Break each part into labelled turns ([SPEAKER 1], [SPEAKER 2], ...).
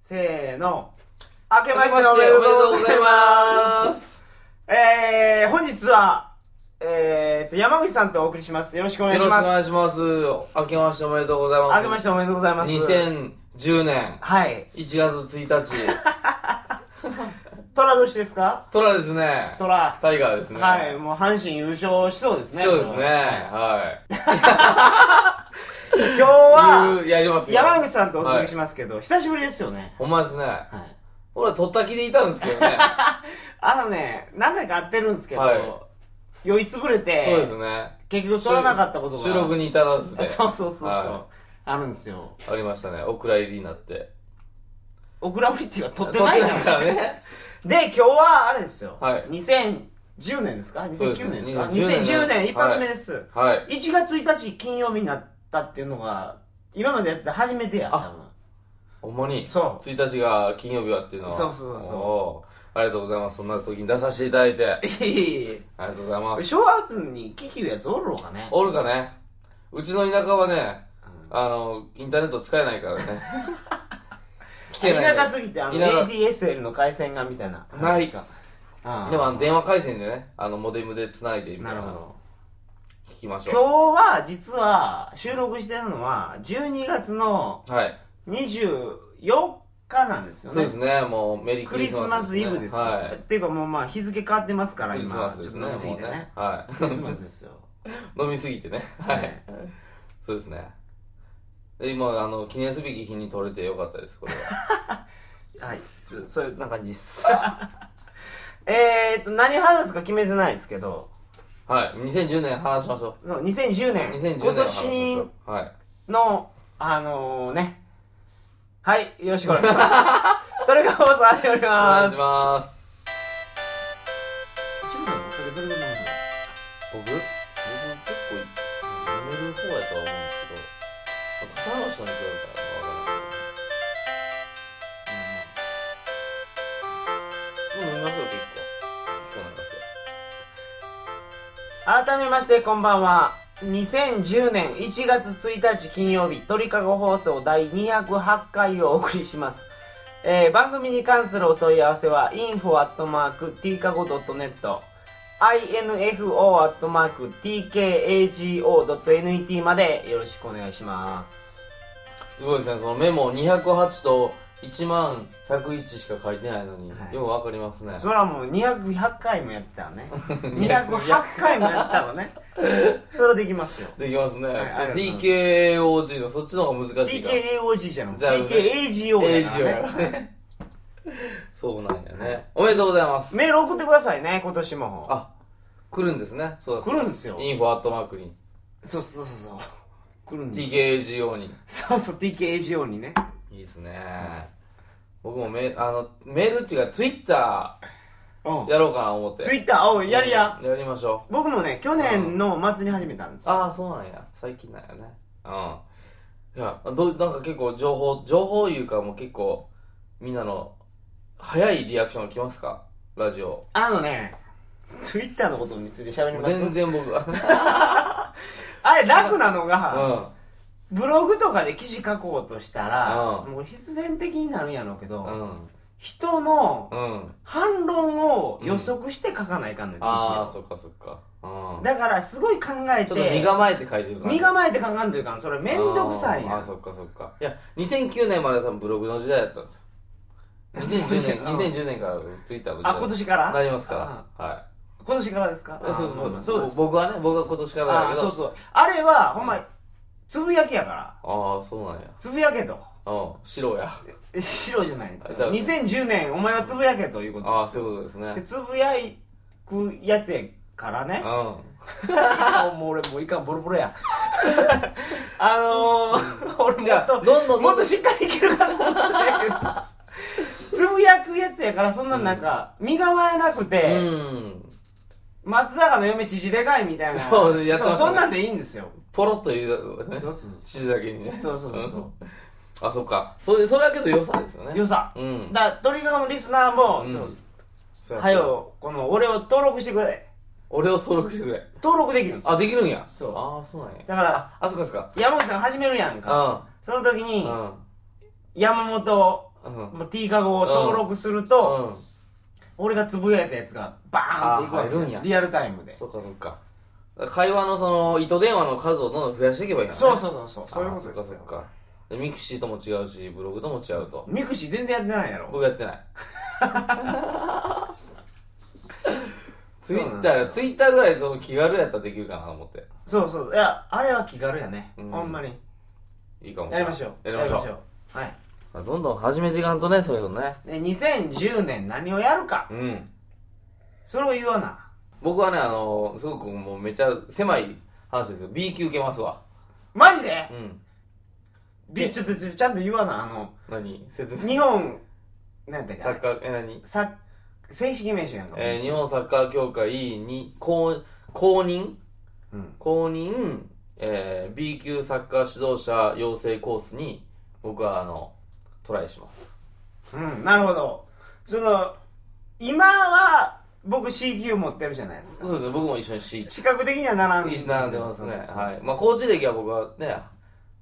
[SPEAKER 1] せーの。明けましてお
[SPEAKER 2] 明けま
[SPEAKER 1] め
[SPEAKER 2] し
[SPEAKER 1] で
[SPEAKER 2] て
[SPEAKER 1] と
[SPEAKER 2] おめでと
[SPEAKER 1] うご
[SPEAKER 2] うご
[SPEAKER 1] ざ
[SPEAKER 2] ざ
[SPEAKER 1] い
[SPEAKER 2] い
[SPEAKER 1] ま。
[SPEAKER 2] ます
[SPEAKER 1] えー、本日は、えーと、山口さんとお送りします。よろしくお願いし
[SPEAKER 2] よろ
[SPEAKER 1] ま
[SPEAKER 2] しく
[SPEAKER 1] す。
[SPEAKER 2] お願いします。明けましておめでとうございます。
[SPEAKER 1] 明けましておめでとうございます。
[SPEAKER 2] 2010年
[SPEAKER 1] はい。
[SPEAKER 2] 1月1日。
[SPEAKER 1] 虎年ですか
[SPEAKER 2] トラで すね。
[SPEAKER 1] 虎。
[SPEAKER 2] タイガーですね。
[SPEAKER 1] はい、。もう阪神優勝しそうですね。
[SPEAKER 2] そうですね。
[SPEAKER 1] は
[SPEAKER 2] はい。
[SPEAKER 1] い今日は、
[SPEAKER 2] いうやりますよ。
[SPEAKER 1] 山口さんとお送りしますけど、久しぶりですよね。
[SPEAKER 2] ほんまですね。
[SPEAKER 1] はい。
[SPEAKER 2] 俺は取った気でいたんですけどね。
[SPEAKER 1] あのね、何回か会ってるんですけ
[SPEAKER 2] はい
[SPEAKER 1] ど、酔いつぶれ
[SPEAKER 2] そうです
[SPEAKER 1] て、
[SPEAKER 2] ね。
[SPEAKER 1] 結局取らなかったことが。
[SPEAKER 2] 収録に至らずで。
[SPEAKER 1] そうそうそうそう、
[SPEAKER 2] は
[SPEAKER 1] あるんですよ
[SPEAKER 2] いありましたね。お蔵入りになって。
[SPEAKER 1] オクラフリっていうか撮ってないの
[SPEAKER 2] 撮ってからね。
[SPEAKER 1] で今日はあれですよ、
[SPEAKER 2] はい
[SPEAKER 1] 2010年ですか
[SPEAKER 2] そうです
[SPEAKER 1] 2009
[SPEAKER 2] ね
[SPEAKER 1] 年ですか
[SPEAKER 2] 2010年
[SPEAKER 1] 2010年一発目です、
[SPEAKER 2] はい。
[SPEAKER 1] 1月1日金曜日になったっていうのが今までやってた初めてや
[SPEAKER 2] あ
[SPEAKER 1] 多
[SPEAKER 2] ほんまに。
[SPEAKER 1] 分そう
[SPEAKER 2] 1日が金曜日はっていうのは
[SPEAKER 1] そうそうそう
[SPEAKER 2] おーありがとうございますそんな時に出させていただいてあり
[SPEAKER 1] いやいやい
[SPEAKER 2] がとうございま
[SPEAKER 1] や
[SPEAKER 2] す
[SPEAKER 1] 昭和初に聞きるやつおるのかね
[SPEAKER 2] おるかねうちの田舎はね
[SPEAKER 1] うん
[SPEAKER 2] あのインターネット使えないからね 聞けない
[SPEAKER 1] 田舎すぎてあの
[SPEAKER 2] 田舎
[SPEAKER 1] ADSL の回線がみたいな
[SPEAKER 2] ない
[SPEAKER 1] か
[SPEAKER 2] でもあ
[SPEAKER 1] あ
[SPEAKER 2] の電話回線でねあのモデムで繋いでみた
[SPEAKER 1] ないる
[SPEAKER 2] な
[SPEAKER 1] ほど
[SPEAKER 2] 聞きまし
[SPEAKER 1] 今日
[SPEAKER 2] ょ
[SPEAKER 1] は実は収録してるのは12月の
[SPEAKER 2] うはい
[SPEAKER 1] 24日なんですよ
[SPEAKER 2] そう
[SPEAKER 1] ね
[SPEAKER 2] ですねもうメリー
[SPEAKER 1] ク
[SPEAKER 2] ク
[SPEAKER 1] リ
[SPEAKER 2] リ
[SPEAKER 1] ス
[SPEAKER 2] ス
[SPEAKER 1] マ
[SPEAKER 2] マ
[SPEAKER 1] ス
[SPEAKER 2] ス
[SPEAKER 1] イブですよ、
[SPEAKER 2] はい
[SPEAKER 1] っていうかもうまあ日付変わってますから
[SPEAKER 2] クリスマ
[SPEAKER 1] 今
[SPEAKER 2] ス
[SPEAKER 1] ち
[SPEAKER 2] で
[SPEAKER 1] ょっ
[SPEAKER 2] す
[SPEAKER 1] と
[SPEAKER 2] ね
[SPEAKER 1] 飲みすぎ
[SPEAKER 2] もう
[SPEAKER 1] てねクリス
[SPEAKER 2] ねは
[SPEAKER 1] マスですよ
[SPEAKER 2] い 飲みすぎてねは
[SPEAKER 1] はいい
[SPEAKER 2] そうですねで今あの記念すべき日に撮れてよかったですこれは
[SPEAKER 1] はいそそういうなんか感じっす えーっと何話すか決めてないですけど
[SPEAKER 2] はい、2010年話しましょ
[SPEAKER 1] そう2010
[SPEAKER 2] う。
[SPEAKER 1] 年
[SPEAKER 2] 2010年
[SPEAKER 1] 今
[SPEAKER 2] 話しましょ
[SPEAKER 1] 年
[SPEAKER 2] う。はい。
[SPEAKER 1] のあのー、ねはいよろしくお願いします トリカ放送始まり
[SPEAKER 2] お願
[SPEAKER 1] ま
[SPEAKER 2] い
[SPEAKER 1] す
[SPEAKER 2] します。僕僕結構飲める方やとは思うんですけど、他の人に比べたらわからない。飲みますよ、結構。結構飲みますよ。
[SPEAKER 1] 改めましてこんばんは2010年1月1日金曜日鳥かご放送第208回をお送りします、えー番組に関するお問い合わせは info.tkago.net info.tkago.net までよろしくお願いします
[SPEAKER 2] すごいですね、そのメモ208と1万101しか書いてないのに、
[SPEAKER 1] はい
[SPEAKER 2] よくわかりますね。
[SPEAKER 1] それはもう200回もやったらね 208回もやったらねそれはできますよ
[SPEAKER 2] できますね。
[SPEAKER 1] はいありがとうございます
[SPEAKER 2] TKOG のそっちの方が難しいから。
[SPEAKER 1] TKAOG じゃなくて
[SPEAKER 2] じゃあ
[SPEAKER 1] TKAGO だからね
[SPEAKER 2] AGO やね。 そうなんやね。おめでとうございます。
[SPEAKER 1] メール送ってくださいね、今年も。
[SPEAKER 2] あ、来るんですね。そうだ
[SPEAKER 1] 来るんですよ。
[SPEAKER 2] インフォアットマークに。
[SPEAKER 1] そうそうそうそう。来るんですよ。
[SPEAKER 2] TKGO に。
[SPEAKER 1] そうそう、TKAGO にね。
[SPEAKER 2] いいですね。僕もメあの、メールっちが Twitter
[SPEAKER 1] うん。
[SPEAKER 2] やろうかな思って。
[SPEAKER 1] Twitter、おうやりや。
[SPEAKER 2] うん。やりましょ
[SPEAKER 1] 僕もね、去年の末に始めたんです
[SPEAKER 2] う。
[SPEAKER 1] よ。
[SPEAKER 2] ああ、そうなんや。最近なんやね。うん。いや、どうなんか結構情報、情報いうかもう結構、みんなの、早いリアクションが来ますかラジオ。
[SPEAKER 1] あのね、Twitter のことについて喋ります
[SPEAKER 2] 全然僕、
[SPEAKER 1] あれ、楽なの
[SPEAKER 2] う
[SPEAKER 1] が、
[SPEAKER 2] ん。
[SPEAKER 1] ブログとかで記事書こうとしたら、
[SPEAKER 2] う
[SPEAKER 1] もう必然的になるんやろうけど、
[SPEAKER 2] うん。
[SPEAKER 1] 人の
[SPEAKER 2] うん。
[SPEAKER 1] 反論を予測して書かないかんのよ、記
[SPEAKER 2] ああ、
[SPEAKER 1] 事
[SPEAKER 2] そっかそっか。う
[SPEAKER 1] を。
[SPEAKER 2] ん。
[SPEAKER 1] だから、すごい考えて、
[SPEAKER 2] ちょっと身構えて書いてる
[SPEAKER 1] 身構えて考えんというかんそれめんどくさい
[SPEAKER 2] あー
[SPEAKER 1] や
[SPEAKER 2] あー
[SPEAKER 1] ん
[SPEAKER 2] そっかそっかいや2009年まで多分ブログの時代だったんですよ2010
[SPEAKER 1] うん
[SPEAKER 2] 年2010年からツイッターの時代
[SPEAKER 1] あ今年から
[SPEAKER 2] なりますからは
[SPEAKER 1] 今年からですか
[SPEAKER 2] いそうそう
[SPEAKER 1] そうです
[SPEAKER 2] 僕はね僕は今年から
[SPEAKER 1] あー
[SPEAKER 2] だけ
[SPEAKER 1] そう
[SPEAKER 2] ど
[SPEAKER 1] そうあれはほんまつぶやきやから
[SPEAKER 2] ああそうなんや
[SPEAKER 1] つぶやけと
[SPEAKER 2] うん白や
[SPEAKER 1] え白じゃない
[SPEAKER 2] じゃあ
[SPEAKER 1] 2010年お前はつぶやけということ
[SPEAKER 2] ああそういうことですね
[SPEAKER 1] でつぶやくやつやから
[SPEAKER 2] う
[SPEAKER 1] ね
[SPEAKER 2] ん
[SPEAKER 1] もう俺もういかんボロボロや あのー、俺
[SPEAKER 2] い
[SPEAKER 1] も
[SPEAKER 2] や
[SPEAKER 1] っ
[SPEAKER 2] どん
[SPEAKER 1] と
[SPEAKER 2] どんどん
[SPEAKER 1] もっとしっかりいけるかと思ったんやけどつぶやくやつやからそんななんか身構えなくて、
[SPEAKER 2] うん
[SPEAKER 1] 松坂の嫁縮れがいみたいな
[SPEAKER 2] そうやってましたね
[SPEAKER 1] そうそんなんでいいんですよ
[SPEAKER 2] ポロッと言う
[SPEAKER 1] そう
[SPEAKER 2] ね
[SPEAKER 1] そうそう
[SPEAKER 2] 指示だけにね
[SPEAKER 1] そうそうそ
[SPEAKER 2] うんあそっかそれそれだけど良さですよ
[SPEAKER 1] う
[SPEAKER 2] ね
[SPEAKER 1] よさ
[SPEAKER 2] うん
[SPEAKER 1] だから鳥川のリスナーも、
[SPEAKER 2] うん
[SPEAKER 1] そう
[SPEAKER 2] そうや
[SPEAKER 1] はよこの俺を登録してくれ
[SPEAKER 2] 俺を登録してくれ
[SPEAKER 1] 登録できるんですよ
[SPEAKER 2] あできるんや
[SPEAKER 1] そう
[SPEAKER 2] ああそうなんや
[SPEAKER 1] だから
[SPEAKER 2] あそっかそっか
[SPEAKER 1] 山口さん始めるやんか
[SPEAKER 2] うん
[SPEAKER 1] その時に
[SPEAKER 2] うん
[SPEAKER 1] 山本
[SPEAKER 2] うん。うん。
[SPEAKER 1] まあ T カゴを登録すると、俺がつぶやいたやつがバーンっていくわけ
[SPEAKER 2] あ入るんや
[SPEAKER 1] リアルタイムでそ
[SPEAKER 2] そっかそっか。会話のその、糸電話の数をどんどん増やしていけばいいんやね
[SPEAKER 1] うそうそうそうそういうことです
[SPEAKER 2] あーそっかそ
[SPEAKER 1] よ
[SPEAKER 2] っかでミクシーとも違うしブログとも違うと
[SPEAKER 1] ミクシー全然やってないやろ
[SPEAKER 2] 僕やっ てないツイ
[SPEAKER 1] そうな
[SPEAKER 2] ッ
[SPEAKER 1] ん
[SPEAKER 2] タ
[SPEAKER 1] です
[SPEAKER 2] ー
[SPEAKER 1] よ
[SPEAKER 2] ツイッターぐらいその気軽やったらできるかなと思って
[SPEAKER 1] そうそういやあれは気軽やね、
[SPEAKER 2] うん
[SPEAKER 1] ほんまに
[SPEAKER 2] いいかも
[SPEAKER 1] やりましょう
[SPEAKER 2] やりましょう
[SPEAKER 1] うはい
[SPEAKER 2] まあどんどん始めていかんとねそういうのね
[SPEAKER 1] で2010年何をやるか
[SPEAKER 2] うん
[SPEAKER 1] それを言おうな
[SPEAKER 2] 僕はねあのすごくもうめちゃ狭い話ですけど B 級受けますわ
[SPEAKER 1] マジで
[SPEAKER 2] うん
[SPEAKER 1] びちょっとちょちゃんと言わなあの
[SPEAKER 2] 何説明
[SPEAKER 1] 日本なんて
[SPEAKER 2] サッカーえ何
[SPEAKER 1] さ正式名称やんか、
[SPEAKER 2] えー日本サッカー協会に公公認
[SPEAKER 1] うん、
[SPEAKER 2] 公認、えー B 級サッカー指導者養成コースに僕はあのトライします
[SPEAKER 1] うん、なるほどその今は僕 C 級持ってるじゃないですか
[SPEAKER 2] そうですね僕も一緒に C
[SPEAKER 1] 視覚的には並ん
[SPEAKER 2] に並んでますね
[SPEAKER 1] そうそうそう
[SPEAKER 2] はいまあコーチ歴は僕はね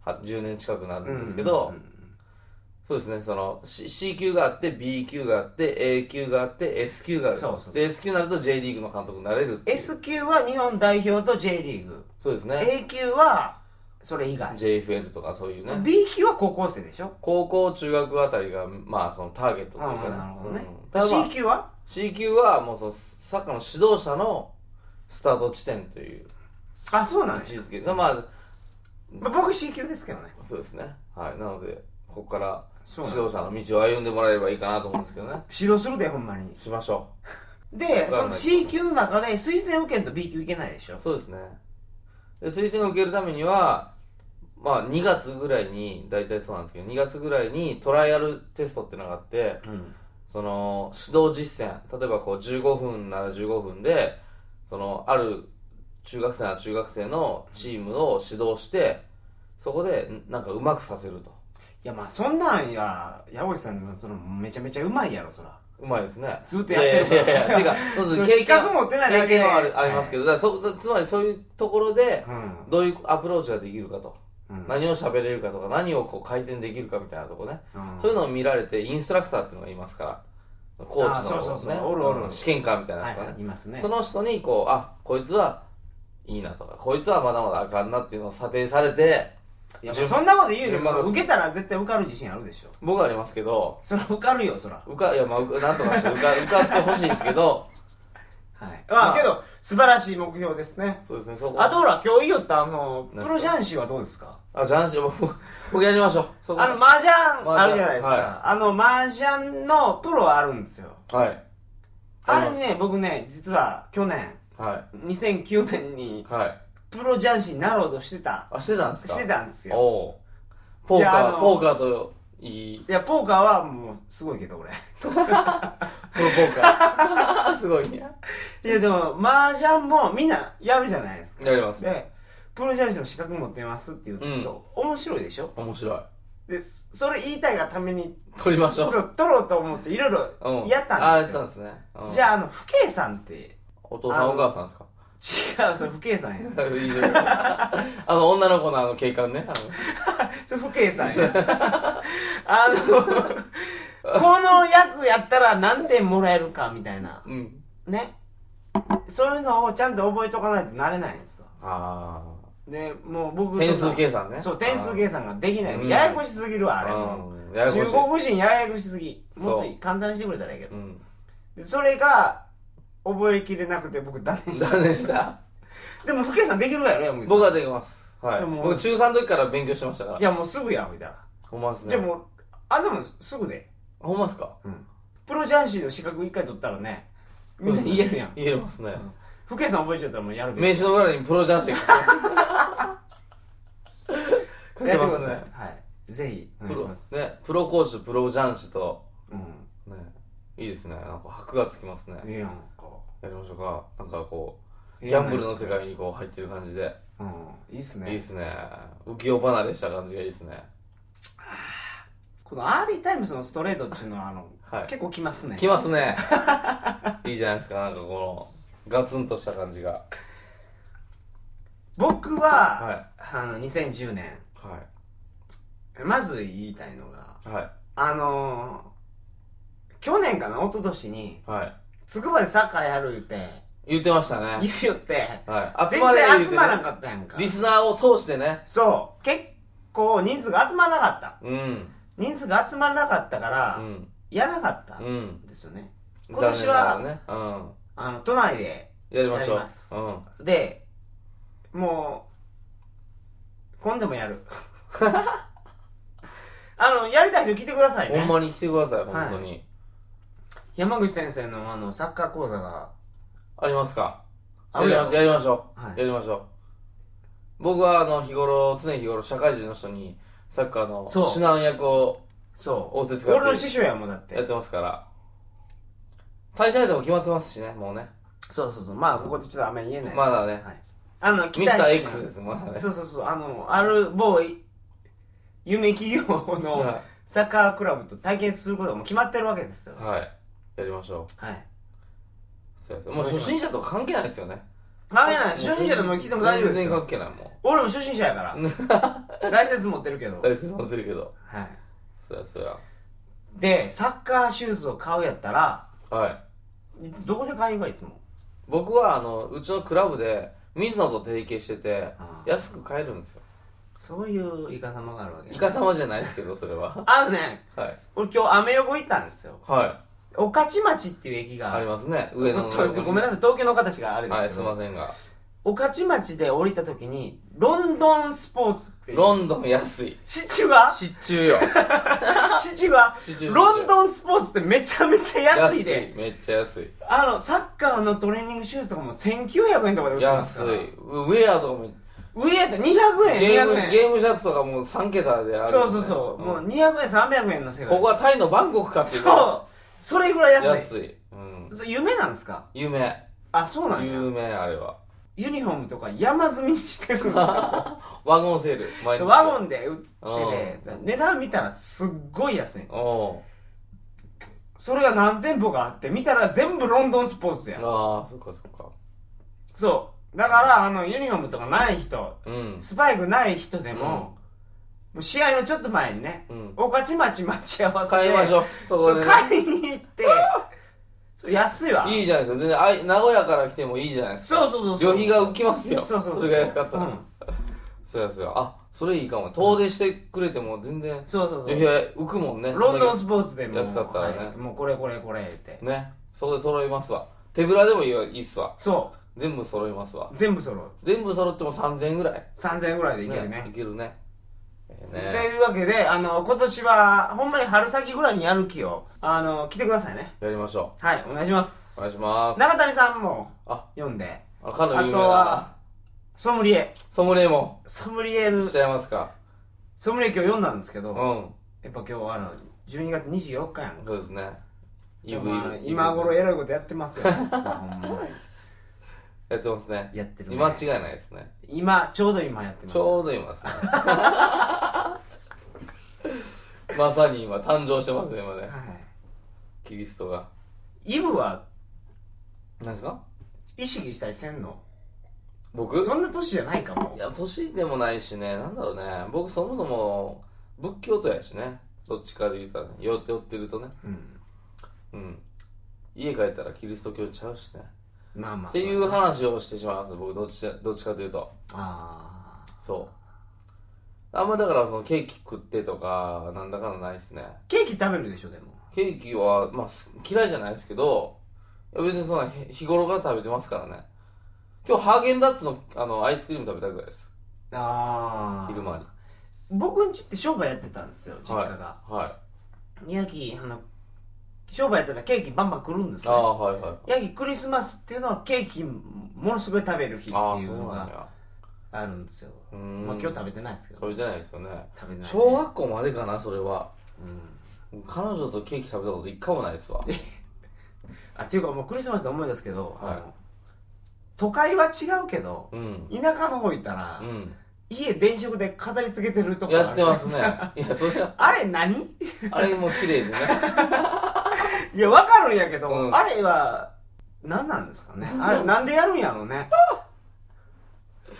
[SPEAKER 2] は10年近くなるんですけど、
[SPEAKER 1] うんうん
[SPEAKER 2] そうですねその C, C 級があって B 級があって A 級があって S 級がある
[SPEAKER 1] そうそうそう
[SPEAKER 2] で S 級になると J リーグの監督になれるっていう
[SPEAKER 1] S 級は日本代表と J リーグ
[SPEAKER 2] そうですね
[SPEAKER 1] A 級はそれ以外
[SPEAKER 2] JFL とかそういうね
[SPEAKER 1] B 級は高校生でしょ
[SPEAKER 2] 高校中学あたりがまあそのターゲットというかね
[SPEAKER 1] ああなるほどね
[SPEAKER 2] うんただまあ
[SPEAKER 1] C 級は
[SPEAKER 2] C 級はもうそのサッカーの指導者のスタート地点という
[SPEAKER 1] あそうなん
[SPEAKER 2] 位
[SPEAKER 1] で
[SPEAKER 2] 置
[SPEAKER 1] す
[SPEAKER 2] づけまあ
[SPEAKER 1] 僕 C 級ですけどね
[SPEAKER 2] そうですねはいなのでここから
[SPEAKER 1] そ
[SPEAKER 2] 指
[SPEAKER 1] 指
[SPEAKER 2] 導
[SPEAKER 1] 導
[SPEAKER 2] 者の道を歩んでもらえればいいかなと思うんですけどね
[SPEAKER 1] するでほんまに
[SPEAKER 2] しましょ
[SPEAKER 1] で
[SPEAKER 2] わか
[SPEAKER 1] そ
[SPEAKER 2] ん
[SPEAKER 1] の
[SPEAKER 2] ない
[SPEAKER 1] C 級の中で推薦受けんと B 級いけないでしょ
[SPEAKER 2] うそうですねで推薦を受けるためにはまあ2月ぐらいに大体そうなんですけど2月ぐらいにトライアルテストっていうのがあって
[SPEAKER 1] うん
[SPEAKER 2] その指導実践例えばこう15分なら15分でそのある中学生なら中学生のチームを指導してそこでんなんかうまくさせると
[SPEAKER 1] いやまあそんなんや矢越さんのそのめちゃめちゃうまいやろそら
[SPEAKER 2] うまいですね
[SPEAKER 1] ずっとやってるか
[SPEAKER 2] い
[SPEAKER 1] ら
[SPEAKER 2] やいやいやてかそうです
[SPEAKER 1] それ
[SPEAKER 2] 経
[SPEAKER 1] 資
[SPEAKER 2] 験
[SPEAKER 1] 格持ってないだ
[SPEAKER 2] 経
[SPEAKER 1] けで
[SPEAKER 2] 験はあるありますけど、だからそつまりそういうところで
[SPEAKER 1] うん
[SPEAKER 2] どういうアプローチができるかと、
[SPEAKER 1] うん
[SPEAKER 2] 何を喋れるかとか何をこう改善できるかみたいなとこね、
[SPEAKER 1] うん
[SPEAKER 2] そういうのを見られてインストラクターっていうのがいますからコーチの
[SPEAKER 1] あそうそうそう
[SPEAKER 2] ね
[SPEAKER 1] おるおる
[SPEAKER 2] うん試験官みたいな
[SPEAKER 1] は
[SPEAKER 2] 人
[SPEAKER 1] い
[SPEAKER 2] がね、
[SPEAKER 1] はいいますね
[SPEAKER 2] その人にこうあこいつはいいなとかこいつはまだまだあかんなっていうのを査定されて
[SPEAKER 1] いやまあそんなこと言うよ
[SPEAKER 2] 順番が
[SPEAKER 1] り受けたら絶対受かる自信あるでしょ
[SPEAKER 2] 僕はありますけど
[SPEAKER 1] それは受かるよそら
[SPEAKER 2] 受かいやまあ受かなんとかして 受か受かってほしいですけど
[SPEAKER 1] はい
[SPEAKER 2] ま
[SPEAKER 1] ま
[SPEAKER 2] あ
[SPEAKER 1] あけど素晴らしい目標ですね
[SPEAKER 2] そうですねそこ
[SPEAKER 1] あとほら今日言いよったあの
[SPEAKER 2] 何ですか
[SPEAKER 1] プロ雀士はどうですか
[SPEAKER 2] あじゃあ話僕僕やりましょうそこ
[SPEAKER 1] あの麻雀
[SPEAKER 2] 雀
[SPEAKER 1] あるじゃないです
[SPEAKER 2] はい
[SPEAKER 1] かあの麻雀のプロあるんですよ
[SPEAKER 2] はい
[SPEAKER 1] あれね僕ね実は去年
[SPEAKER 2] は
[SPEAKER 1] 2009年に
[SPEAKER 2] いはい
[SPEAKER 1] プロ雀士になろうとしてた
[SPEAKER 2] あしてたんですか
[SPEAKER 1] してたんです
[SPEAKER 2] お
[SPEAKER 1] よ
[SPEAKER 2] おうポー
[SPEAKER 1] じ
[SPEAKER 2] カ
[SPEAKER 1] ゃああ
[SPEAKER 2] ー
[SPEAKER 1] の
[SPEAKER 2] ポーカーといい
[SPEAKER 1] いやポーカーはもうすごいけど 俺
[SPEAKER 2] プロポー カー すごいね
[SPEAKER 1] いやでも麻雀もみんなやるじゃないですか
[SPEAKER 2] やります
[SPEAKER 1] でプロ雀士の資格持ってますって言うと、面白いでしょ
[SPEAKER 2] 面白い
[SPEAKER 1] でそれ言いたいがために
[SPEAKER 2] 取りまし
[SPEAKER 1] ち
[SPEAKER 2] ょ
[SPEAKER 1] ょっ
[SPEAKER 2] う
[SPEAKER 1] と取ろうと思っていろいろ
[SPEAKER 2] うん
[SPEAKER 1] やっ
[SPEAKER 2] あ
[SPEAKER 1] たんで
[SPEAKER 2] やっ
[SPEAKER 1] すよ、
[SPEAKER 2] たんですねうん
[SPEAKER 1] じゃああの父兄さんって 違う
[SPEAKER 2] お父さんお母さんですか
[SPEAKER 1] それ父兄さんや
[SPEAKER 2] 以上 あの女の子のあの警官ねあ
[SPEAKER 1] それ父兄さんやあのこの役やったら何点もらえるかみたいな
[SPEAKER 2] のうん
[SPEAKER 1] ねそういうのをちゃんと覚えとかないとなれないんですよ
[SPEAKER 2] あ
[SPEAKER 1] でもう僕
[SPEAKER 2] あ点
[SPEAKER 1] そん
[SPEAKER 2] 数
[SPEAKER 1] な
[SPEAKER 2] 計算ね
[SPEAKER 1] そう点数計算ができな
[SPEAKER 2] うん
[SPEAKER 1] いややこしすぎるわあれも
[SPEAKER 2] うんややこし
[SPEAKER 1] 中
[SPEAKER 2] い
[SPEAKER 1] 国人ややこしすぎもっ
[SPEAKER 2] そう
[SPEAKER 1] と簡単にしてくれたらいいけど
[SPEAKER 2] うん
[SPEAKER 1] でそれが覚えきれなくて僕断念した
[SPEAKER 2] 残念した
[SPEAKER 1] でも不計算できるやろ山口さん
[SPEAKER 2] 僕はできますはい
[SPEAKER 1] でも
[SPEAKER 2] 僕中3の時から勉強してましたから
[SPEAKER 1] いやもうすぐやみたいな
[SPEAKER 2] ほんまっすね
[SPEAKER 1] じゃあもうあでもすぐで
[SPEAKER 2] ほんまっすか
[SPEAKER 1] プロ雀士の資格一回取ったらねみんな言えるやん
[SPEAKER 2] 言えますね
[SPEAKER 1] ん不計算覚えちゃったらもうやるべ
[SPEAKER 2] 名刺の裏にプロジャーシー
[SPEAKER 1] やってくだ
[SPEAKER 2] 書けます
[SPEAKER 1] さい
[SPEAKER 2] ね
[SPEAKER 1] はいぜひお願
[SPEAKER 2] プ
[SPEAKER 1] いし
[SPEAKER 2] ロ
[SPEAKER 1] ます
[SPEAKER 2] ねプロ講師とプロジャンシと
[SPEAKER 1] うん
[SPEAKER 2] ねいいですねなんか箔がつきますね
[SPEAKER 1] いいやんか
[SPEAKER 2] やりましょうかなんかこうギャンブルの世界にこう入ってる感じで
[SPEAKER 1] うんいいっす
[SPEAKER 2] いいで
[SPEAKER 1] ね
[SPEAKER 2] すね浮世離れした感じがいいですね
[SPEAKER 1] このアーリータイムスのストレートっていうのはあの
[SPEAKER 2] はい
[SPEAKER 1] 結構きますね
[SPEAKER 2] きますね いいじゃないですかなんかこのガツンとした感じが
[SPEAKER 1] 僕
[SPEAKER 2] は
[SPEAKER 1] はいあの2010年
[SPEAKER 2] は
[SPEAKER 1] まず言いたいのが
[SPEAKER 2] いはい
[SPEAKER 1] あのかな一昨年に
[SPEAKER 2] はい。
[SPEAKER 1] つくばでサッカーやる言って
[SPEAKER 2] 言ってましたね。
[SPEAKER 1] 言うって
[SPEAKER 2] はい。
[SPEAKER 1] 全
[SPEAKER 2] れ
[SPEAKER 1] 然
[SPEAKER 2] 言う
[SPEAKER 1] 集
[SPEAKER 2] てね
[SPEAKER 1] まらんかったやんか
[SPEAKER 2] リスナーを通してね。
[SPEAKER 1] そう結構人数が集まらなかった
[SPEAKER 2] うん。
[SPEAKER 1] 人数が集まらなかったか
[SPEAKER 2] う
[SPEAKER 1] ら、
[SPEAKER 2] ん。
[SPEAKER 1] やらなかった
[SPEAKER 2] うんん。
[SPEAKER 1] ですよね今年は
[SPEAKER 2] 残念ながらね。
[SPEAKER 1] あの都内で
[SPEAKER 2] うん。やりましょ
[SPEAKER 1] やります
[SPEAKER 2] う。うん。
[SPEAKER 1] でもう今度もやる あのやりたい人来てください
[SPEAKER 2] ほ
[SPEAKER 1] ね
[SPEAKER 2] んまに来てください、本当に。
[SPEAKER 1] 山口先生のあのサッカー講座が
[SPEAKER 2] ありますか
[SPEAKER 1] あ
[SPEAKER 2] や
[SPEAKER 1] る
[SPEAKER 2] り
[SPEAKER 1] や
[SPEAKER 2] ま
[SPEAKER 1] ろ
[SPEAKER 2] やりましょう、
[SPEAKER 1] はい
[SPEAKER 2] やりましょう僕はあの日頃常日頃社会人の人にサッカーの
[SPEAKER 1] そう
[SPEAKER 2] 指南役を
[SPEAKER 1] そ
[SPEAKER 2] 仰せつ
[SPEAKER 1] う
[SPEAKER 2] かっ
[SPEAKER 1] 俺の
[SPEAKER 2] て
[SPEAKER 1] 師匠やもんだっ
[SPEAKER 2] やっててますから対戦相手も決まってますしねもうね
[SPEAKER 1] そうそうそうまあここでちょっとあんまり言えないです
[SPEAKER 2] まだね
[SPEAKER 1] はい、あの
[SPEAKER 2] ミスター X
[SPEAKER 1] 期
[SPEAKER 2] ですまだ
[SPEAKER 1] 待
[SPEAKER 2] ね
[SPEAKER 1] そうそうそうあのある某い夢企業の
[SPEAKER 2] は
[SPEAKER 1] サッカークラブと対決することはもう決まってるわけですよ
[SPEAKER 2] い、はい、やりましょう
[SPEAKER 1] はい
[SPEAKER 2] そうですもう初心者とか関係ないですよね
[SPEAKER 1] あげない初心者でも来ても大丈夫です
[SPEAKER 2] 全然
[SPEAKER 1] よ
[SPEAKER 2] 関係ないも
[SPEAKER 1] 俺も初心者やか
[SPEAKER 2] う
[SPEAKER 1] らライセンス持ってるけど、
[SPEAKER 2] 大切持ってるけど
[SPEAKER 1] はい、
[SPEAKER 2] そうやそうや
[SPEAKER 1] でサッカーシューズを買うやったら
[SPEAKER 2] はい
[SPEAKER 1] どこで買うんかいつも
[SPEAKER 2] 僕はあのうちのクラブで水野と提携してて
[SPEAKER 1] あー
[SPEAKER 2] 安く買えるんですよ
[SPEAKER 1] そういうイカ様があるわけ
[SPEAKER 2] イカ様じゃないですけどそれは
[SPEAKER 1] あのね
[SPEAKER 2] はい
[SPEAKER 1] 俺今日アメ横行ったんですよ
[SPEAKER 2] はい
[SPEAKER 1] 御徒町っていう駅が
[SPEAKER 2] ありますね。上野の。
[SPEAKER 1] ちょっとごめんな
[SPEAKER 2] さ
[SPEAKER 1] さい東京の形があるんで
[SPEAKER 2] はい、
[SPEAKER 1] す
[SPEAKER 2] す
[SPEAKER 1] け
[SPEAKER 2] い
[SPEAKER 1] ど、
[SPEAKER 2] ませんが。
[SPEAKER 1] 御徒町で降りた時にロンドンスポーツっていう
[SPEAKER 2] ロンドン安い。
[SPEAKER 1] シチュは
[SPEAKER 2] 失注よ。
[SPEAKER 1] シチュは
[SPEAKER 2] シチュー
[SPEAKER 1] ロンドンスポーツってめちゃめちゃ安いで。
[SPEAKER 2] めっちゃ安い。
[SPEAKER 1] あのサッカーのトレーニングシューズとかも1900円とかで売ってます
[SPEAKER 2] 安
[SPEAKER 1] から
[SPEAKER 2] い。ウェアとかも、
[SPEAKER 1] 上やったら200円
[SPEAKER 2] ゲーム、
[SPEAKER 1] 200円
[SPEAKER 2] ゲームシャツとかも3桁である、
[SPEAKER 1] そうそうそう、もう200円300円の世界
[SPEAKER 2] ここはタイのバンコクかっていうぐ
[SPEAKER 1] そう
[SPEAKER 2] ら
[SPEAKER 1] それぐらい
[SPEAKER 2] い
[SPEAKER 1] 安い
[SPEAKER 2] 安い。うん。
[SPEAKER 1] それ夢なんですか
[SPEAKER 2] 有名。
[SPEAKER 1] あそうなんや
[SPEAKER 2] 有名、あれは。
[SPEAKER 1] ユニフォームとか山積みにしてるんですよ
[SPEAKER 2] ワゴンセール。毎日
[SPEAKER 1] そうワゴンで売ってて値段見たらすっごい安いんですよ
[SPEAKER 2] おう
[SPEAKER 1] それが何店舗かあって見たら全部ロンドンスポーツやん
[SPEAKER 2] ああ、そっかそっか。
[SPEAKER 1] そうだからあのユニフォームとかない人
[SPEAKER 2] うん。
[SPEAKER 1] スパイクない人でも,、もう試合のちょっと前にね
[SPEAKER 2] うん。
[SPEAKER 1] 御徒町待ち合わせで
[SPEAKER 2] 買いましょう。そこ
[SPEAKER 1] そう
[SPEAKER 2] でね。
[SPEAKER 1] 買いに行って そう安いわ
[SPEAKER 2] いいじゃないですか。全然、あい名古屋から来てもいいじゃないですか。
[SPEAKER 1] そうそうそうそう
[SPEAKER 2] 旅費が浮きますよ。
[SPEAKER 1] そうそうそう
[SPEAKER 2] れが安かったら。
[SPEAKER 1] うん
[SPEAKER 2] そうやそうや。あ、それいいかも。遠出してくれても全然、
[SPEAKER 1] そうそうそ
[SPEAKER 2] 旅
[SPEAKER 1] う
[SPEAKER 2] 費は浮くもんね。
[SPEAKER 1] ロンドン
[SPEAKER 2] そ
[SPEAKER 1] スポーツでも
[SPEAKER 2] 安かったらね
[SPEAKER 1] はいもうこれこれこれって
[SPEAKER 2] んだけね。そこで揃いますわ。手ぶらでもいいわいいっすわ。
[SPEAKER 1] そ
[SPEAKER 2] 全部揃いますわ
[SPEAKER 1] う。全部揃う
[SPEAKER 2] 全部揃っても3000円ぐらい。
[SPEAKER 1] 3000円ぐらいでいける
[SPEAKER 2] い
[SPEAKER 1] ね
[SPEAKER 2] けるね。え
[SPEAKER 1] と
[SPEAKER 2] えね。
[SPEAKER 1] いうわけであの今年はほんまに春先ぐらいにやる気をあの来てくださいね
[SPEAKER 2] やりましょ
[SPEAKER 1] はいお願いします
[SPEAKER 2] う。お願いします。
[SPEAKER 1] 中谷さんも
[SPEAKER 2] あ
[SPEAKER 1] 読んで
[SPEAKER 2] あ、かの有名
[SPEAKER 1] あと
[SPEAKER 2] な
[SPEAKER 1] は。ソムリエ
[SPEAKER 2] ソムリエも
[SPEAKER 1] ソムリエ
[SPEAKER 2] しちゃいますか。
[SPEAKER 1] ソムリエ今日読んだんですけ
[SPEAKER 2] う
[SPEAKER 1] ど、
[SPEAKER 2] ん。
[SPEAKER 1] やっぱ今日あの12月24日やんか
[SPEAKER 2] そうですね。イ
[SPEAKER 1] で
[SPEAKER 2] ブ
[SPEAKER 1] もあの
[SPEAKER 2] イブ
[SPEAKER 1] 今頃
[SPEAKER 2] や
[SPEAKER 1] えらいことやってます よ、ほんま
[SPEAKER 2] ってますね
[SPEAKER 1] に。やってる、ね、
[SPEAKER 2] 今違いないですね。
[SPEAKER 1] 今ちょうど今やってます
[SPEAKER 2] ちょうど今ですね。 まさに今誕生してますね、今ね。
[SPEAKER 1] は
[SPEAKER 2] キリストが。
[SPEAKER 1] い、イブは
[SPEAKER 2] 何ですか
[SPEAKER 1] 意識したりせんの
[SPEAKER 2] 僕い
[SPEAKER 1] そんな年じゃないかも
[SPEAKER 2] や、年でもないしね、なんだろうね。僕そもそも仏教徒やしね。どっちかで言うたらね。寄って寄ってるとね。
[SPEAKER 1] うん
[SPEAKER 2] うん。家帰ったらキリスト教ちゃうしね。
[SPEAKER 1] まあまあ
[SPEAKER 2] っていう話をしてしまいます、僕どっちで、どっちかというと。
[SPEAKER 1] ああ
[SPEAKER 2] そう。あんまだからそのケーキ食ってとか、なんだかんだないっすね。
[SPEAKER 1] ケーキ食べるでしょでも
[SPEAKER 2] ケーキは、まあ、す嫌いじゃないですけど、いや別にそんなへ日頃から食べてますからね。今日、ハーゲンダッツのあのアイスクリーム食べたぐらいです。
[SPEAKER 1] あ
[SPEAKER 2] 昼間に。
[SPEAKER 1] 僕んちって商売やってたんですよ実家が、
[SPEAKER 2] は
[SPEAKER 1] ヤギあの商売やったらケーキバンバン来るんで
[SPEAKER 2] い。
[SPEAKER 1] す
[SPEAKER 2] あ
[SPEAKER 1] ね
[SPEAKER 2] あ、はいはい。
[SPEAKER 1] ヤギクリスマスっていうのはケーキものすごい食べる日って
[SPEAKER 2] ああ、
[SPEAKER 1] い
[SPEAKER 2] そうう
[SPEAKER 1] の
[SPEAKER 2] なん
[SPEAKER 1] が
[SPEAKER 2] や。
[SPEAKER 1] あるんですよ
[SPEAKER 2] うーん。
[SPEAKER 1] まあ今日食べてないですけど
[SPEAKER 2] 食べてないですよね。
[SPEAKER 1] 食べてない
[SPEAKER 2] 小学校までかな、それは。
[SPEAKER 1] うん
[SPEAKER 2] 彼女とケーキ食べたこと一回もないですわ。
[SPEAKER 1] あっていうかもうクリスマスで思い出すけど、
[SPEAKER 2] はい
[SPEAKER 1] あの都会は違うけど
[SPEAKER 2] うん。
[SPEAKER 1] 田舎の方行ったら、
[SPEAKER 2] うん。
[SPEAKER 1] 家電飾で飾り付けてるとこある
[SPEAKER 2] やってますね。いや、それは、
[SPEAKER 1] あれ何
[SPEAKER 2] あれも綺麗でね。
[SPEAKER 1] いや、わかるんやけど、
[SPEAKER 2] うん
[SPEAKER 1] あれは、何なんですかね。 あれ、なんでやるんやろうね。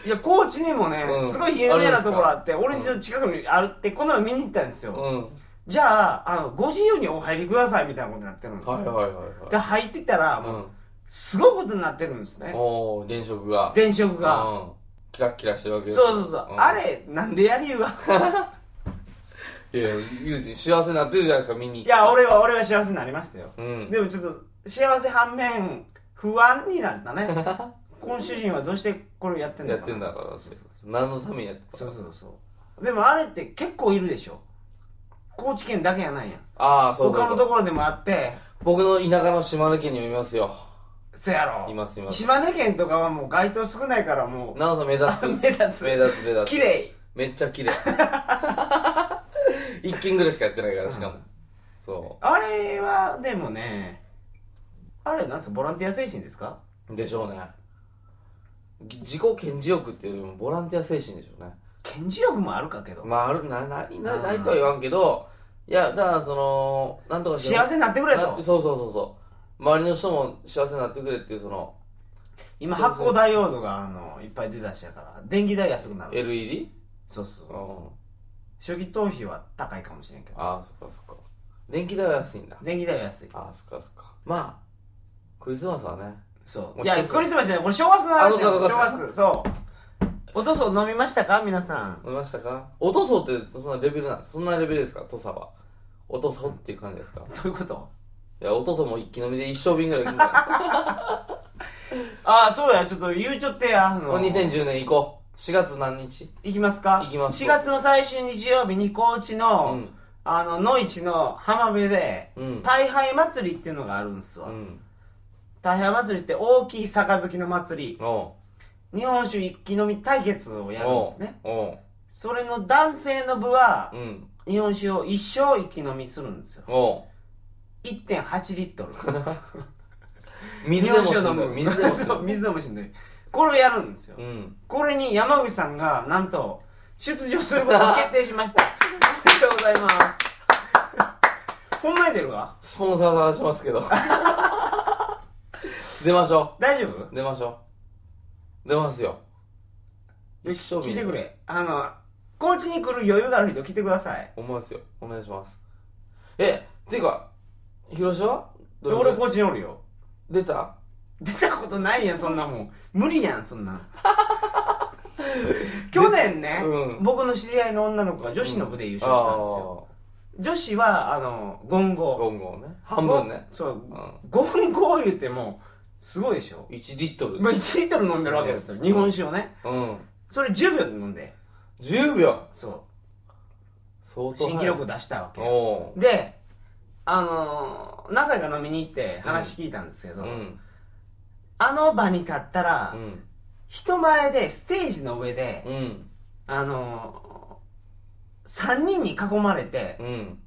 [SPEAKER 1] いや、高知にもね、
[SPEAKER 2] うん
[SPEAKER 1] すごい有名なところあって、
[SPEAKER 2] ある
[SPEAKER 1] 俺
[SPEAKER 2] ん
[SPEAKER 1] ん
[SPEAKER 2] です
[SPEAKER 1] ち
[SPEAKER 2] か
[SPEAKER 1] の近くにあるって、この前見に行ったんです
[SPEAKER 2] う
[SPEAKER 1] よ。
[SPEAKER 2] ん。
[SPEAKER 1] じゃあ、あの、ご自由にお入りくださいみたいなことになってるんですよ
[SPEAKER 2] はいはいはい
[SPEAKER 1] で、
[SPEAKER 2] は
[SPEAKER 1] 入ってたら、
[SPEAKER 2] い。
[SPEAKER 1] もう、
[SPEAKER 2] う
[SPEAKER 1] すごいことになってるんです
[SPEAKER 2] ん。
[SPEAKER 1] ね。
[SPEAKER 2] おお電飾が。
[SPEAKER 1] 電飾が。
[SPEAKER 2] うん。キラッキラしてるわけ
[SPEAKER 1] そう
[SPEAKER 2] ですよ
[SPEAKER 1] そうそう。
[SPEAKER 2] ん
[SPEAKER 1] あれ、なんでやりゆうが。
[SPEAKER 2] いや、ゆうじ幸せになってるじゃないですか、見に。
[SPEAKER 1] いや、俺は、俺は幸せになりましたよ。
[SPEAKER 2] うん。
[SPEAKER 1] でもちょっと、幸せ反面、不安になっ たね。この主人はどうしてこれをやってんだ
[SPEAKER 2] や
[SPEAKER 1] ろう
[SPEAKER 2] っ
[SPEAKER 1] な
[SPEAKER 2] てんだから、そう何のためにやってた
[SPEAKER 1] そう
[SPEAKER 2] の
[SPEAKER 1] そうそう。でもあれって結構いるでしょ。高知県だけやないやん。
[SPEAKER 2] ああ、そうそう
[SPEAKER 1] 他
[SPEAKER 2] そ
[SPEAKER 1] の
[SPEAKER 2] う。
[SPEAKER 1] ところでもあって、
[SPEAKER 2] 僕の田舎の島根県にもいますよ。
[SPEAKER 1] そやろ。
[SPEAKER 2] いますいます
[SPEAKER 1] 島根県とかはもう街灯少ないからも
[SPEAKER 2] なおさん目立つ
[SPEAKER 1] う、。 目立つ。
[SPEAKER 2] 目立つ目立つ。
[SPEAKER 1] 綺麗。
[SPEAKER 2] めっちゃ綺麗。 一軒ぐらいしかやってないから、しかも。そ
[SPEAKER 1] あれは、でもね、あれなんですか、ボランティア精神ですか
[SPEAKER 2] う。でしょうね。ぎ自己顕示欲っていうよりもボランティア精神でしょうね。
[SPEAKER 1] 顕示欲もあるかけど。
[SPEAKER 2] まあ、ある、な、な、な、
[SPEAKER 1] うん
[SPEAKER 2] ないとは言わんけど、いや、だからその、なんとか
[SPEAKER 1] 幸せになってくれ
[SPEAKER 2] なって
[SPEAKER 1] と。
[SPEAKER 2] そうそうそうそう。周りの人も幸せになってくれっていう、その、
[SPEAKER 1] 今、
[SPEAKER 2] そうそう
[SPEAKER 1] 発光ダイオードが、あの、いっぱい出だしたから、電気代安くなる。
[SPEAKER 2] LED?
[SPEAKER 1] そうそう
[SPEAKER 2] う。ん。
[SPEAKER 1] 初期投費は高いかもしれんけど。
[SPEAKER 2] ああ、そっかそっか。電気代は安いんだ。
[SPEAKER 1] 電気代は安い。
[SPEAKER 2] ああ、そっかそっか。まあ、クリスマスはね。
[SPEAKER 1] そう。
[SPEAKER 2] もう
[SPEAKER 1] いや、
[SPEAKER 2] 一つ
[SPEAKER 1] クリスマスじゃない。これ正月の話だよ。
[SPEAKER 2] あそうか
[SPEAKER 1] 正月。そう。おとそ飲みましたか皆さん。
[SPEAKER 2] 飲みましたかおとそってそんなレベルなんですそんなレベルですか土佐は。おとそっていう感じですか
[SPEAKER 1] どういうこと
[SPEAKER 2] いや、おとそも一気飲みで一生瓶ぐらい行くんじゃ
[SPEAKER 1] ああ、そうや。ちょっと言うちょってや。あ
[SPEAKER 2] ないも
[SPEAKER 1] の
[SPEAKER 2] う2010年行こう。4月何日
[SPEAKER 1] 行きますか
[SPEAKER 2] 行きます
[SPEAKER 1] 4月の最終日曜日に高知
[SPEAKER 2] う
[SPEAKER 1] の、
[SPEAKER 2] ん。
[SPEAKER 1] あの、野市の浜辺で、
[SPEAKER 2] うん。
[SPEAKER 1] 大杯祭りっていうのがあるんすわ。
[SPEAKER 2] うん。
[SPEAKER 1] 大杯祭りって大きい杯の祭り。
[SPEAKER 2] お
[SPEAKER 1] 日本酒一気飲み対決を
[SPEAKER 2] う
[SPEAKER 1] やるんですね。。
[SPEAKER 2] おう
[SPEAKER 1] それの男性の部は
[SPEAKER 2] おう。、うん。
[SPEAKER 1] 日本酒を一生一気飲みするんですよ。
[SPEAKER 2] おう
[SPEAKER 1] 1.8リットル。
[SPEAKER 2] 水でもしんどい。水でもしん
[SPEAKER 1] そ
[SPEAKER 2] ど
[SPEAKER 1] う
[SPEAKER 2] い。
[SPEAKER 1] 水でもしんどいこれをやるんですよ、
[SPEAKER 2] うん。
[SPEAKER 1] これに山口さんがなんと出場することを決定しましたおめでとうございます ほんまに出るわ
[SPEAKER 2] スポンサー探しますけど。 出ましょ
[SPEAKER 1] 大丈夫
[SPEAKER 2] う。出ましょう。出ますよ。一生
[SPEAKER 1] 聞
[SPEAKER 2] 瓶
[SPEAKER 1] いてくれあの高知に来る余裕がある人来てください
[SPEAKER 2] 思いますよお願いしますえっていうか広島どれぐら
[SPEAKER 1] 俺
[SPEAKER 2] い
[SPEAKER 1] 高知におるよ
[SPEAKER 2] 出た
[SPEAKER 1] 出たことないやんそんなもん無理やんそん なん去年ね、
[SPEAKER 2] うん
[SPEAKER 1] 僕の知り合いの女の子が女子の部で優勝したんですよ、女子はあの言
[SPEAKER 2] あー
[SPEAKER 1] 語
[SPEAKER 2] ゴンゴンね半分ね
[SPEAKER 1] そう
[SPEAKER 2] うん
[SPEAKER 1] ゴンゴー言ってもすごいでしょ
[SPEAKER 2] 1リットル
[SPEAKER 1] まあ1リットル飲んでるわけですよ日本酒をね
[SPEAKER 2] うん
[SPEAKER 1] それ10秒で飲んで
[SPEAKER 2] 10秒
[SPEAKER 1] そ
[SPEAKER 2] 相
[SPEAKER 1] う
[SPEAKER 2] 当
[SPEAKER 1] 新記録出したわ
[SPEAKER 2] お
[SPEAKER 1] け
[SPEAKER 2] お
[SPEAKER 1] であのー、仲が飲みに行って話聞いたんですけ
[SPEAKER 2] う
[SPEAKER 1] ど、
[SPEAKER 2] ん
[SPEAKER 1] あの場に立ったら、
[SPEAKER 2] うん
[SPEAKER 1] 人前でステージの上で、
[SPEAKER 2] うん
[SPEAKER 1] あのー、3人に囲まれて、
[SPEAKER 2] うん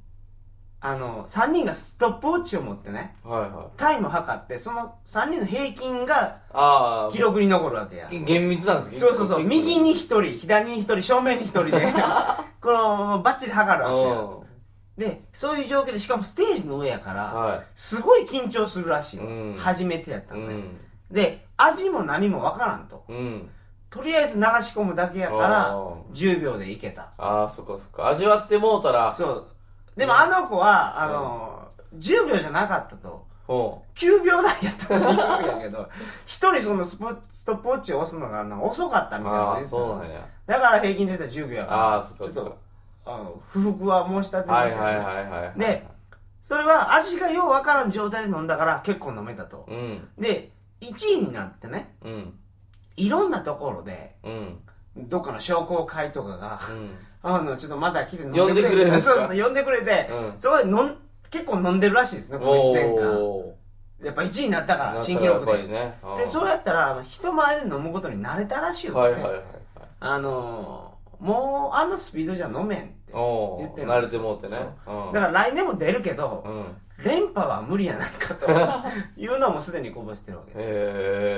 [SPEAKER 1] あのー、3人がストップウォッチを持ってね
[SPEAKER 2] はいはい
[SPEAKER 1] タイムを測ってその3人の平均が
[SPEAKER 2] ああ
[SPEAKER 1] 記録に残るわけや
[SPEAKER 2] 厳密なんです
[SPEAKER 1] そうそうそう。右に一人、左に一人、正面に一人で、 この、バッチリ測る
[SPEAKER 2] う
[SPEAKER 1] わ
[SPEAKER 2] ん
[SPEAKER 1] けよで、そういう状況で、しかもステージの上やから、
[SPEAKER 2] は
[SPEAKER 1] すごい緊張するらしいよ。
[SPEAKER 2] うん
[SPEAKER 1] 初めてやった
[SPEAKER 2] い
[SPEAKER 1] の
[SPEAKER 2] う
[SPEAKER 1] ね。
[SPEAKER 2] ん
[SPEAKER 1] で、味も何もわからんと。
[SPEAKER 2] うん
[SPEAKER 1] とりあえず流し込むだけやから、
[SPEAKER 2] おー
[SPEAKER 1] 10秒でいけた。
[SPEAKER 2] ああそっかそっか味わってもうたら
[SPEAKER 1] そう。でもあの子は、あの、10秒じゃなかったと。
[SPEAKER 2] おう
[SPEAKER 1] 9秒台やったと言うやけど、一人そのスポストップウォッチを押すのがなんか遅かったみたいなこと言っ
[SPEAKER 2] ああ
[SPEAKER 1] てた
[SPEAKER 2] そうなんや
[SPEAKER 1] だから平均出たら10秒やから。
[SPEAKER 2] ああそっかそ
[SPEAKER 1] ちょ
[SPEAKER 2] っ
[SPEAKER 1] っとあの不服は申し立て
[SPEAKER 2] か
[SPEAKER 1] ま
[SPEAKER 2] は
[SPEAKER 1] し
[SPEAKER 2] い
[SPEAKER 1] たよね
[SPEAKER 2] はいはいはいはい
[SPEAKER 1] でそれは味がようわからん状態で飲んだから結構飲めたと
[SPEAKER 2] うん
[SPEAKER 1] で1位になってね
[SPEAKER 2] うん
[SPEAKER 1] いろんなところで
[SPEAKER 2] うん
[SPEAKER 1] どっかの商工会とかが
[SPEAKER 2] うん
[SPEAKER 1] あのちょっとまだ来て飲ん
[SPEAKER 2] 呼んでくれるんです
[SPEAKER 1] そう
[SPEAKER 2] か
[SPEAKER 1] そう呼んでくれて
[SPEAKER 2] うん
[SPEAKER 1] そこで飲ん結構飲んでるらしいですねこの1年間
[SPEAKER 2] お
[SPEAKER 1] やっぱ1位になったから
[SPEAKER 2] ー
[SPEAKER 1] 新記録
[SPEAKER 2] やっぱり
[SPEAKER 1] で
[SPEAKER 2] ね
[SPEAKER 1] でそううやったらあの人前で飲むことに慣れたらしい
[SPEAKER 2] ん
[SPEAKER 1] よ、ね
[SPEAKER 2] はいはいはいはい
[SPEAKER 1] あのーもうあのスピードじゃ飲めんってだ
[SPEAKER 2] お
[SPEAKER 1] 言って
[SPEAKER 2] ー
[SPEAKER 1] る
[SPEAKER 2] 慣れてもうてねうん
[SPEAKER 1] から来年も出るけど、
[SPEAKER 2] うん
[SPEAKER 1] 連覇は無理やないか というのもすでにこぼしてるわけです。
[SPEAKER 2] へ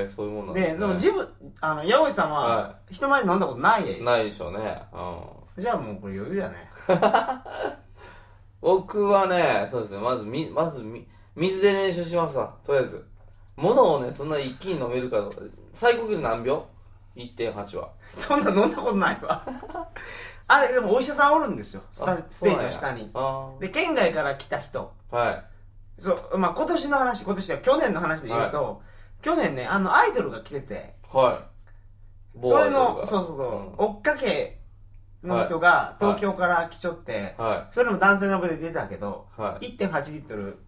[SPEAKER 2] えそういうもんなん
[SPEAKER 1] で、でも
[SPEAKER 2] ね
[SPEAKER 1] 自分、あの、矢口さんは
[SPEAKER 2] は
[SPEAKER 1] 人前で飲んだことないやん
[SPEAKER 2] ないでしょうねうん
[SPEAKER 1] じゃあもうこれ余裕やね。
[SPEAKER 2] 僕はねそうですねまずみまずみ水で練習しますわとりあえず物をねそんな一気に飲めるかどうか最高記録何秒 ?1.8 は
[SPEAKER 1] そんな飲んだことないわ。 あれ、でもお医者さんおるんですよ。スタ
[SPEAKER 2] あ
[SPEAKER 1] ス
[SPEAKER 2] そう
[SPEAKER 1] テ
[SPEAKER 2] な
[SPEAKER 1] ー
[SPEAKER 2] ん
[SPEAKER 1] ジ
[SPEAKER 2] や
[SPEAKER 1] の下に。
[SPEAKER 2] あ
[SPEAKER 1] で、県外から来た人。
[SPEAKER 2] ーはい
[SPEAKER 1] そう、まあ今年の話、今年は去年の話で言うと、去年ね、あの、アイドルが来てて、
[SPEAKER 2] はい
[SPEAKER 1] それ
[SPEAKER 2] 某アイドル
[SPEAKER 1] の、
[SPEAKER 2] が
[SPEAKER 1] そうそうそう、追っかけの人が東京から来ちょって、
[SPEAKER 2] うんは
[SPEAKER 1] それも男性の部で出たけど、
[SPEAKER 2] いはい
[SPEAKER 1] 1.8リットル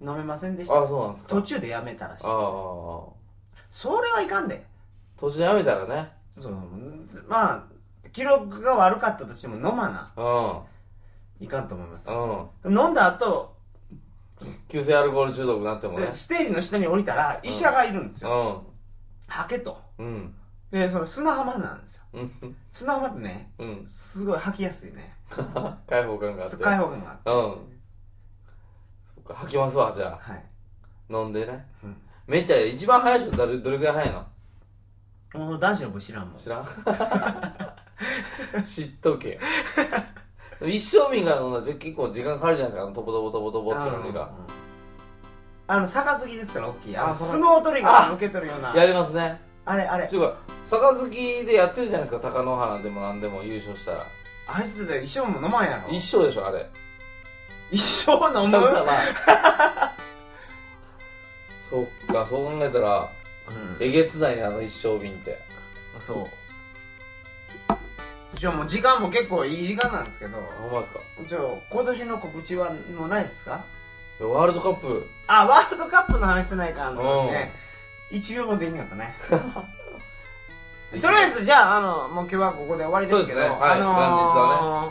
[SPEAKER 1] 飲めませんでした。
[SPEAKER 2] あそうなんですか
[SPEAKER 1] 途中でやめたらしい
[SPEAKER 2] ああ
[SPEAKER 1] です。それはいかんで。
[SPEAKER 2] 途中でやめたらね
[SPEAKER 1] そう、まあ、記録が悪かったとしても飲まな
[SPEAKER 2] う
[SPEAKER 1] いかんと思います。
[SPEAKER 2] んうん
[SPEAKER 1] 飲んだ後、
[SPEAKER 2] 急性アルコール中毒になってもね
[SPEAKER 1] ステージの下に降りたら医者がいるんですよ。はけと。
[SPEAKER 2] うんうん
[SPEAKER 1] で、その砂浜なんですよ。
[SPEAKER 2] うん
[SPEAKER 1] 砂浜ってね、
[SPEAKER 2] うん
[SPEAKER 1] すごい吐きやすいね。
[SPEAKER 2] 開放感があっ
[SPEAKER 1] そ
[SPEAKER 2] て
[SPEAKER 1] う開放感があって。
[SPEAKER 2] うんそっか吐きますわじゃあ
[SPEAKER 1] はい。
[SPEAKER 2] 飲んでね、
[SPEAKER 1] うん
[SPEAKER 2] めっちゃ一番早い人どれどれくらい早いの
[SPEAKER 1] もう男子の部知らんもん。
[SPEAKER 2] 知らん 知っとけ一生瓶から飲んだら結構時間かかるじゃないですかあのトボトボトボトボって感じが
[SPEAKER 1] うんあの、逆すぎですから、大きい。あの、
[SPEAKER 2] あそ
[SPEAKER 1] 相
[SPEAKER 2] う
[SPEAKER 1] 撲取りが受け取るような。
[SPEAKER 2] やりますね
[SPEAKER 1] あれ、あれ
[SPEAKER 2] て。いうか杯でやってるじゃないですか貴乃花でも何でも優勝したら
[SPEAKER 1] あいつで一生も飲まんやろ。
[SPEAKER 2] 一生でしょあれ
[SPEAKER 1] 一生飲む
[SPEAKER 2] ちゃうかな そっかそう考えたら
[SPEAKER 1] うん
[SPEAKER 2] えげつないねあの一生瓶って
[SPEAKER 1] そう。一応もう時間も結構いい時間なんですけど、
[SPEAKER 2] ほんまですか
[SPEAKER 1] 一応今年の告知はもうないですか
[SPEAKER 2] ワールドカップ
[SPEAKER 1] あ、ワールドカップの話せないからね。一秒もできなかったね。とりあえず、じゃあ、あの、もう今日はここで終わりですけど、
[SPEAKER 2] そうですねはい
[SPEAKER 1] あのー
[SPEAKER 2] 元日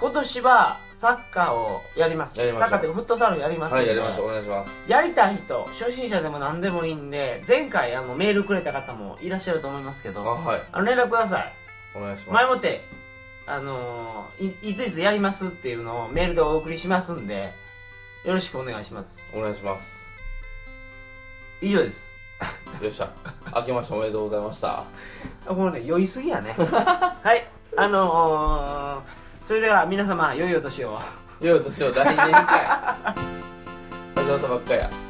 [SPEAKER 1] 今年はサッカーをやります。
[SPEAKER 2] やりまし
[SPEAKER 1] サ
[SPEAKER 2] ょ
[SPEAKER 1] ッ
[SPEAKER 2] う
[SPEAKER 1] カーというかフットサルやりますん
[SPEAKER 2] は
[SPEAKER 1] で、
[SPEAKER 2] いやりましょうお願いします
[SPEAKER 1] やりたい人、初心者でも何でもいいんで、前回あのメールくれた方もいらっしゃると思いますけ
[SPEAKER 2] あ
[SPEAKER 1] ど、
[SPEAKER 2] はい
[SPEAKER 1] あの連絡ください。
[SPEAKER 2] お願いします
[SPEAKER 1] 前もって、あのーい、いついつやりますっていうのをメールでお送りしますんで、よろしくお願いします。
[SPEAKER 2] お願いします
[SPEAKER 1] 以上です。
[SPEAKER 2] よっしゃ。明けましておめでとうございました。
[SPEAKER 1] あこのね、酔いすぎやね。はい。あのー、それでは皆様、良いお年を。
[SPEAKER 2] りょうとしよう、来年かい。始まったばっかや。